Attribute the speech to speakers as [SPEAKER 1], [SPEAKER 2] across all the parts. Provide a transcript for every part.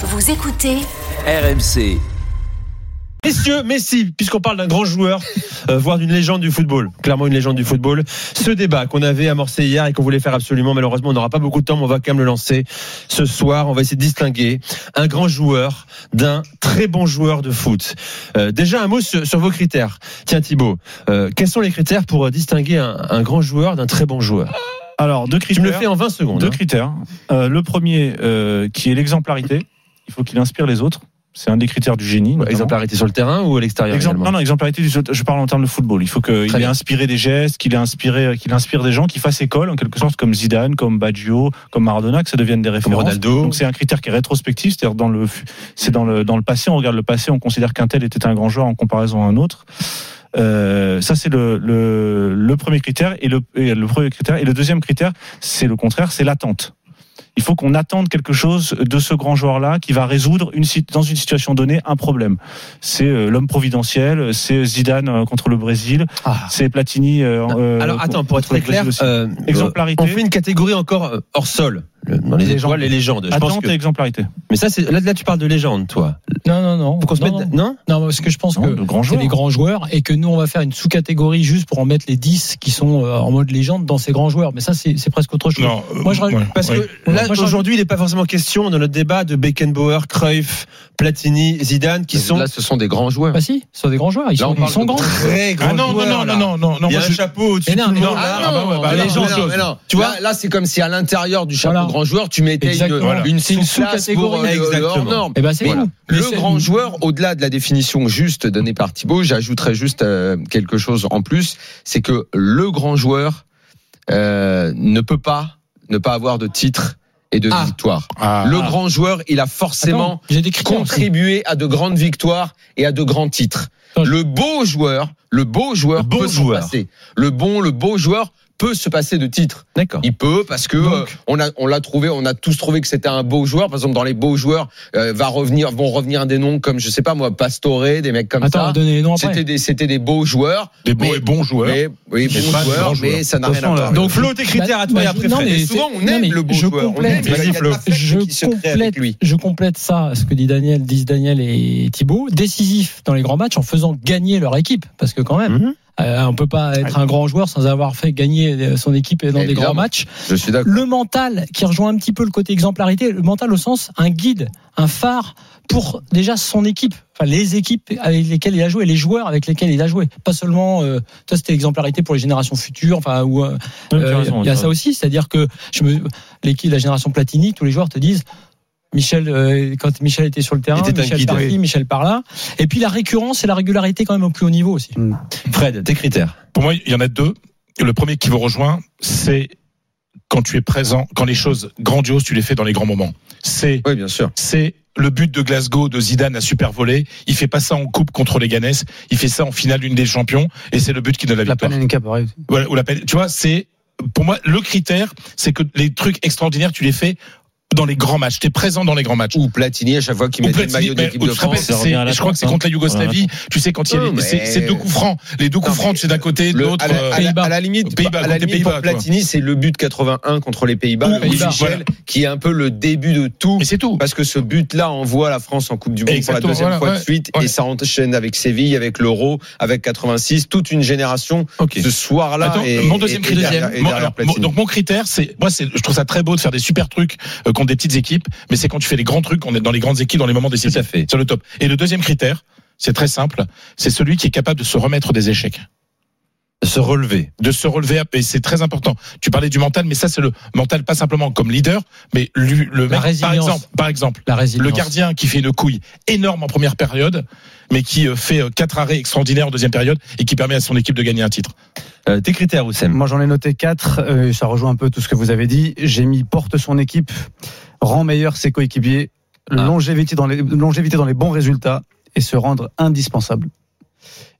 [SPEAKER 1] Vous écoutez
[SPEAKER 2] RMC.
[SPEAKER 3] Messieurs, Messi, puisqu'on parle d'un grand joueur, euh, voire d'une légende du football, clairement une légende du football, ce débat qu'on avait amorcé hier et qu'on voulait faire absolument, malheureusement, on n'aura pas beaucoup de temps, mais on va quand même le lancer ce soir. On va essayer de distinguer un grand joueur d'un très bon joueur de foot. Euh, déjà, un mot sur, sur vos critères. Tiens, Thibaut, euh, quels sont les critères pour euh, distinguer un, un grand joueur d'un très bon joueur
[SPEAKER 4] Alors, deux
[SPEAKER 3] Tu
[SPEAKER 4] critères.
[SPEAKER 3] me le fais en 20 secondes.
[SPEAKER 4] deux
[SPEAKER 3] hein.
[SPEAKER 4] critères. Euh, le premier, euh, qui est l'exemplarité. Il faut qu'il inspire les autres. C'est un des critères du génie.
[SPEAKER 3] Ouais,
[SPEAKER 4] notamment.
[SPEAKER 3] Exemplarité sur le terrain ou à l'extérieur
[SPEAKER 4] Exemple-
[SPEAKER 3] également
[SPEAKER 4] non, non, exemplarité du je parle en termes de football. Il faut qu'il
[SPEAKER 3] Très
[SPEAKER 4] ait
[SPEAKER 3] bien.
[SPEAKER 4] inspiré des gestes, qu'il ait inspiré, qu'il inspire des gens, qu'il fasse école, en quelque sorte, comme Zidane, comme Baggio, comme Maradona, que ça devienne des références.
[SPEAKER 3] Ronaldo.
[SPEAKER 4] Donc c'est un critère qui est rétrospectif, c'est-à-dire dans le, fu- c'est dans le, dans le passé, on regarde le passé, on considère qu'un tel était un grand joueur en comparaison à un autre. Euh, ça c'est le, le, le premier critère et le, et le premier critère et le deuxième critère c'est le contraire c'est l'attente il faut qu'on attende quelque chose de ce grand joueur-là qui va résoudre une, sit- dans une situation donnée un problème. C'est euh, l'homme providentiel, c'est Zidane euh, contre le Brésil,
[SPEAKER 3] Ah.
[SPEAKER 4] c'est Platini. euh, euh,
[SPEAKER 3] Alors attends, pour être
[SPEAKER 4] contre
[SPEAKER 3] très
[SPEAKER 4] le
[SPEAKER 3] clair,
[SPEAKER 4] Brésil aussi.
[SPEAKER 3] euh,
[SPEAKER 4] exemplarité,
[SPEAKER 3] on fait une catégorie encore euh, hors sol. Le- dans les
[SPEAKER 5] Les
[SPEAKER 3] étoiles, les légendes. Je pense
[SPEAKER 4] attente
[SPEAKER 3] que...
[SPEAKER 4] et exemplarité.
[SPEAKER 3] Mais ça, c'est... Là, là, tu parles de légende, toi.
[SPEAKER 5] Non, non, non.
[SPEAKER 3] Faut qu'on se
[SPEAKER 5] non,
[SPEAKER 3] mette-
[SPEAKER 5] non.
[SPEAKER 3] Non
[SPEAKER 5] Non, parce que je pense
[SPEAKER 4] Non,
[SPEAKER 5] que
[SPEAKER 4] de grands
[SPEAKER 5] c'est
[SPEAKER 4] joueurs.
[SPEAKER 5] les grands joueurs et que nous, on va faire une sous-catégorie juste pour en mettre les 10 qui sont euh, en mode légende dans ces grands joueurs. Mais ça, c'est c'est presque autre chose.
[SPEAKER 6] Non,
[SPEAKER 5] Moi, je rajoute-
[SPEAKER 3] Parce que là,
[SPEAKER 5] Moi, je-
[SPEAKER 3] aujourd'hui, il n'est pas forcément question dans notre débat de Beckenbauer, Cruyff, Platini, Zidane, qui sont
[SPEAKER 7] Là, ce sont des grands joueurs.
[SPEAKER 5] Bah si, ce sont des grands joueurs. Ils
[SPEAKER 7] Là,
[SPEAKER 5] sont,
[SPEAKER 7] on
[SPEAKER 5] ils
[SPEAKER 7] parle
[SPEAKER 5] sont
[SPEAKER 7] de
[SPEAKER 5] grands.
[SPEAKER 3] très grands
[SPEAKER 6] Ah non, non,
[SPEAKER 3] joueurs.
[SPEAKER 6] non, non, non, non, non,
[SPEAKER 3] Il y a
[SPEAKER 6] moi,
[SPEAKER 3] un
[SPEAKER 6] je-
[SPEAKER 3] chapeau au-dessus
[SPEAKER 5] Mais
[SPEAKER 3] de
[SPEAKER 5] non,
[SPEAKER 3] tout le
[SPEAKER 5] mais non,
[SPEAKER 3] monde.
[SPEAKER 5] ah
[SPEAKER 3] là.
[SPEAKER 5] non,
[SPEAKER 3] bah,
[SPEAKER 5] mais
[SPEAKER 3] là,
[SPEAKER 5] les
[SPEAKER 3] non,
[SPEAKER 5] gens
[SPEAKER 3] non,
[SPEAKER 5] sont-
[SPEAKER 3] mais
[SPEAKER 7] Mais
[SPEAKER 3] non.
[SPEAKER 7] non, tu vois, là, c'est comme si à l'intérieur du chapeau
[SPEAKER 5] Voilà.
[SPEAKER 7] grand joueur, tu mettais une,
[SPEAKER 5] Exactement.
[SPEAKER 7] une
[SPEAKER 5] Sous
[SPEAKER 7] sous-classe pour
[SPEAKER 5] catégorie.
[SPEAKER 7] euh, le
[SPEAKER 3] Exactement.
[SPEAKER 7] hors norme.
[SPEAKER 5] Eh ben, c'est
[SPEAKER 7] Voilà.
[SPEAKER 5] tout. Mais
[SPEAKER 7] Le
[SPEAKER 5] c'est-
[SPEAKER 7] grand joueur, au-delà de la définition juste donnée par Thibaut, j'ajouterais juste euh, quelque chose en plus, c'est que le grand joueur euh, ne peut pas ne pas avoir de titre et de
[SPEAKER 5] Ah.
[SPEAKER 7] victoire.
[SPEAKER 6] Ah.
[SPEAKER 7] le grand joueur, il a forcément
[SPEAKER 5] Attends, J'ai des critères. aussi.
[SPEAKER 7] contribuer à de grandes victoires et à de grands titres. Le beau joueur, le beau joueur
[SPEAKER 3] Le bon
[SPEAKER 7] peut
[SPEAKER 3] joueur.
[SPEAKER 7] se passer. Le bon, le beau joueur peut se passer de titres.
[SPEAKER 3] D'accord.
[SPEAKER 7] Il peut parce que euh, on a on l'a trouvé, on a tous trouvé que c'était un beau joueur. Par exemple, dans les beaux joueurs, euh, va revenir vont revenir des noms comme je sais pas moi Pastore, des mecs comme
[SPEAKER 5] Attends, on va
[SPEAKER 7] ça.
[SPEAKER 5] donner les noms après.
[SPEAKER 7] C'était des c'était des beaux joueurs,
[SPEAKER 6] Des beaux
[SPEAKER 7] Mais-
[SPEAKER 6] et bons joueurs.
[SPEAKER 7] mais oui,
[SPEAKER 6] Mais
[SPEAKER 7] bons
[SPEAKER 6] pas des
[SPEAKER 7] joueurs,
[SPEAKER 6] grands joueurs.
[SPEAKER 7] mais ça n'a
[SPEAKER 4] De
[SPEAKER 7] rien
[SPEAKER 4] toute
[SPEAKER 7] à
[SPEAKER 4] façon,
[SPEAKER 7] voir.
[SPEAKER 4] là-
[SPEAKER 3] Donc Flo, tes critères à toi et
[SPEAKER 5] Bah,
[SPEAKER 3] après
[SPEAKER 5] non,
[SPEAKER 3] Fred.
[SPEAKER 5] mais
[SPEAKER 7] Et souvent,
[SPEAKER 5] c'est-
[SPEAKER 7] on
[SPEAKER 5] non,
[SPEAKER 7] aime
[SPEAKER 5] mais
[SPEAKER 7] le beau
[SPEAKER 5] je
[SPEAKER 7] joueur. On
[SPEAKER 5] complète-
[SPEAKER 7] aime, voilà, il y a de la fête
[SPEAKER 5] je
[SPEAKER 7] qui se crée avec
[SPEAKER 5] complète-
[SPEAKER 7] lui.
[SPEAKER 5] Je complète ça, ce que dit Daniel, disent Daniel et Thibaut, décisif dans les grands matchs en faisant gagner leur équipe, parce que quand même.
[SPEAKER 3] Mhm.
[SPEAKER 5] euh, on peut pas être un grand joueur sans avoir fait gagner euh, son équipe dans des
[SPEAKER 7] Évidemment.
[SPEAKER 5] grands matchs.
[SPEAKER 7] Je suis d'accord.
[SPEAKER 5] Le mental, qui rejoint un petit peu le côté exemplarité, le mental au sens un guide, un phare pour déjà son équipe, enfin les équipes avec lesquelles il a joué, les joueurs avec lesquels il a joué. Pas seulement, euh, toi c'était l'exemplarité pour les générations futures, enfin ou euh,
[SPEAKER 4] Non,
[SPEAKER 5] euh,
[SPEAKER 4] tu
[SPEAKER 5] il
[SPEAKER 4] as raison,
[SPEAKER 5] y a
[SPEAKER 4] tu as
[SPEAKER 5] ça aussi, c'est-à-dire que je me, l'équipe, la génération Platini, tous les joueurs te disent. Michel, euh, quand Michel était sur le terrain,
[SPEAKER 3] était un
[SPEAKER 5] Michel
[SPEAKER 3] guide,
[SPEAKER 5] par
[SPEAKER 3] oui.
[SPEAKER 5] Michel par là. Et puis la récurrence et la régularité quand même au plus haut niveau aussi.
[SPEAKER 3] Fred, tes critères.
[SPEAKER 6] Pour moi, il y en a deux. Et Le premier qui vous rejoint, c'est quand tu es présent, quand les choses grandioses, tu les fais dans les grands moments. C'est
[SPEAKER 7] Oui, bien sûr.
[SPEAKER 6] c'est le but de Glasgow de Zidane à super voler. Il fait pas ça en coupe contre les Ganes, il fait ça en finale d'une des champions et c'est le but qui donne la victoire. Voilà, ou la peine. Tu vois, c'est pour moi le critère, c'est que les trucs extraordinaires, tu les fais dans les grands matchs. Tu es présent dans les grands matchs.
[SPEAKER 7] Ou Platini à chaque fois qu'il
[SPEAKER 6] Ou
[SPEAKER 7] mettait le
[SPEAKER 6] Platini,
[SPEAKER 7] maillot de
[SPEAKER 6] mais-
[SPEAKER 7] l'équipe
[SPEAKER 6] ou
[SPEAKER 7] de
[SPEAKER 6] tu te rappelles,
[SPEAKER 7] France.
[SPEAKER 4] ça
[SPEAKER 6] c'est-
[SPEAKER 4] revient à la
[SPEAKER 6] je crois que c'est
[SPEAKER 4] France,
[SPEAKER 6] contre la
[SPEAKER 4] hein.
[SPEAKER 6] Yougoslavie. Tu sais, quand il y a
[SPEAKER 7] Non,
[SPEAKER 6] les-
[SPEAKER 7] mais-
[SPEAKER 6] c'est c'est deux coups francs. Les deux coups
[SPEAKER 7] Non,
[SPEAKER 6] francs,
[SPEAKER 7] mais-
[SPEAKER 6] c'est d'un côté, de
[SPEAKER 7] Le-
[SPEAKER 6] l'autre.
[SPEAKER 7] à, la, à la-
[SPEAKER 6] euh,
[SPEAKER 7] à la limite,
[SPEAKER 6] Pays-Bas,
[SPEAKER 7] à la
[SPEAKER 6] contre les
[SPEAKER 7] limite, pour
[SPEAKER 6] Pays-Bas, quoi.
[SPEAKER 7] Platini, c'est le but 81 contre les Pays-Bas,
[SPEAKER 5] Ou
[SPEAKER 7] le but
[SPEAKER 5] Pays-Bas,
[SPEAKER 7] Michel,
[SPEAKER 6] voilà.
[SPEAKER 7] qui est un peu le début de tout.
[SPEAKER 6] Mais c'est tout.
[SPEAKER 7] Parce que ce but-là envoie la France en Coupe du Monde pour
[SPEAKER 6] Exactement,
[SPEAKER 7] la deuxième
[SPEAKER 6] voilà,
[SPEAKER 7] fois
[SPEAKER 6] ouais,
[SPEAKER 7] de suite,
[SPEAKER 6] ouais.
[SPEAKER 7] et ça enchaîne avec Séville, avec l'Euro, avec 86, toute une génération
[SPEAKER 6] Ok.
[SPEAKER 7] ce soir-là.
[SPEAKER 6] Attends,
[SPEAKER 7] et-
[SPEAKER 6] mon
[SPEAKER 7] et-
[SPEAKER 6] deuxième
[SPEAKER 7] et
[SPEAKER 6] critère.
[SPEAKER 7] derrière- et
[SPEAKER 6] Mon-
[SPEAKER 7] derrière
[SPEAKER 6] alors, mon-
[SPEAKER 7] Platini.
[SPEAKER 6] donc mon critère, c'est moi, c'est je trouve ça très beau de faire des super trucs euh, contre des petites équipes, mais c'est quand tu fais des grands trucs, on est dans les grandes équipes, dans les moments décisifs.
[SPEAKER 3] Tout à fait.
[SPEAKER 6] C'est le top. Et le deuxième critère, c'est très simple, c'est celui qui est capable de se remettre des échecs,
[SPEAKER 3] Se relever.
[SPEAKER 6] de se relever. Et c'est très important. Tu parlais du mental, mais ça c'est le mental pas simplement comme leader, mais lui, le
[SPEAKER 5] La
[SPEAKER 6] mec, par
[SPEAKER 5] résilience.
[SPEAKER 6] exemple, par exemple.
[SPEAKER 5] La résilience.
[SPEAKER 6] Le gardien qui fait une couille énorme en première période, mais qui euh, fait euh, quatre arrêts extraordinaires en deuxième période et qui permet à son équipe de gagner un titre.
[SPEAKER 3] Euh, tes critères, Oussem.
[SPEAKER 8] Moi, j'en ai noté quatre. euh, ça rejoint un peu tout ce que vous avez dit. J'ai mis porte son équipe, rend meilleur ses coéquipiers,
[SPEAKER 5] Ah.
[SPEAKER 9] longévité, dans les, longévité dans les bons résultats et se rendre indispensable.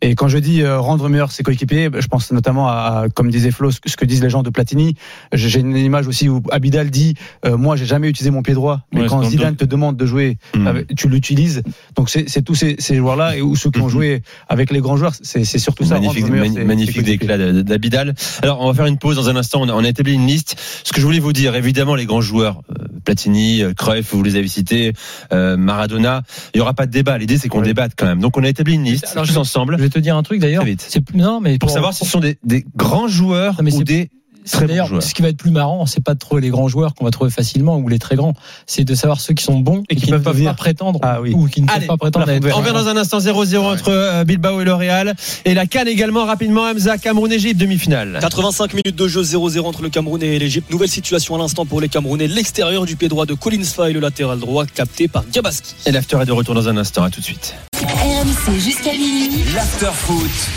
[SPEAKER 9] Et quand je dis euh, rendre meilleur ses coéquipiers, ben, je pense notamment à, à, comme disait Flo, ce que- ce que disent les gens de Platini. J'ai j'ai une image aussi où Abidal dit euh, Moi, j'ai jamais utilisé mon pied droit. Mais
[SPEAKER 4] Ouais,
[SPEAKER 9] quand
[SPEAKER 4] c'est dans le
[SPEAKER 9] Zidane te
[SPEAKER 4] dos.
[SPEAKER 9] demande de jouer,
[SPEAKER 8] Ah,
[SPEAKER 3] Mm.
[SPEAKER 9] avec- tu l'utilises. Donc, c'est c'est tous ces, ces joueurs-là et ou ceux qui ont joué avec les grands joueurs, c'est c'est surtout ça.
[SPEAKER 3] Hmm. magnifique
[SPEAKER 9] rendre meilleur
[SPEAKER 3] magnifique
[SPEAKER 9] ses-
[SPEAKER 3] magnifique
[SPEAKER 9] ses coéquipiers.
[SPEAKER 3] déclat de- d'Abidal. Alors, on va faire une pause dans un instant. On a, on a établi une liste. Ce que je voulais vous dire, évidemment, les grands joueurs, euh, Platini, euh, Cruyff, vous les avez cités, euh, Maradona, il n'y aura pas de débat. L'idée, c'est qu'on débatte quand même. Donc, on a établi une liste
[SPEAKER 5] Alors,
[SPEAKER 3] tous ensemble
[SPEAKER 5] Je vais te dire un truc d'ailleurs.
[SPEAKER 3] Très vite.
[SPEAKER 5] C'est plus- non, mais
[SPEAKER 3] pour savoir si ce sont des, des grands joueurs
[SPEAKER 5] Non, mais
[SPEAKER 3] ou
[SPEAKER 5] c'est-
[SPEAKER 3] des
[SPEAKER 5] C'est
[SPEAKER 3] très bons
[SPEAKER 5] D'ailleurs,
[SPEAKER 3] joueurs.
[SPEAKER 5] ce qui va être plus marrant, c'est pas de trouver les grands joueurs qu'on va trouver facilement ou les très grands. C'est de savoir ceux qui sont bons et,
[SPEAKER 9] qui
[SPEAKER 5] qui ne
[SPEAKER 9] peuvent
[SPEAKER 5] peuvent
[SPEAKER 9] devenir.
[SPEAKER 5] pas prétendre
[SPEAKER 9] Ah oui.
[SPEAKER 5] ou qui ne
[SPEAKER 3] Allez,
[SPEAKER 5] peuvent pas prétendre à être. hein.
[SPEAKER 3] On revient dans un instant 0-0 entre euh, Bilbao et L'Oréal. Et la Cannes également rapidement, Hamza, Cameroun-Égypte, demi-finale.
[SPEAKER 2] 85 minutes de jeu 0-0 entre le Cameroun et l'Égypte. Nouvelle situation à l'instant pour les Camerounais. L'extérieur du pied droit de Collins Fay, le latéral droit capté par Gabaski.
[SPEAKER 3] Et l'after est de retour dans un instant, à tout de suite.
[SPEAKER 1] RMC jusqu'à minuit.
[SPEAKER 8] L'afterfoot,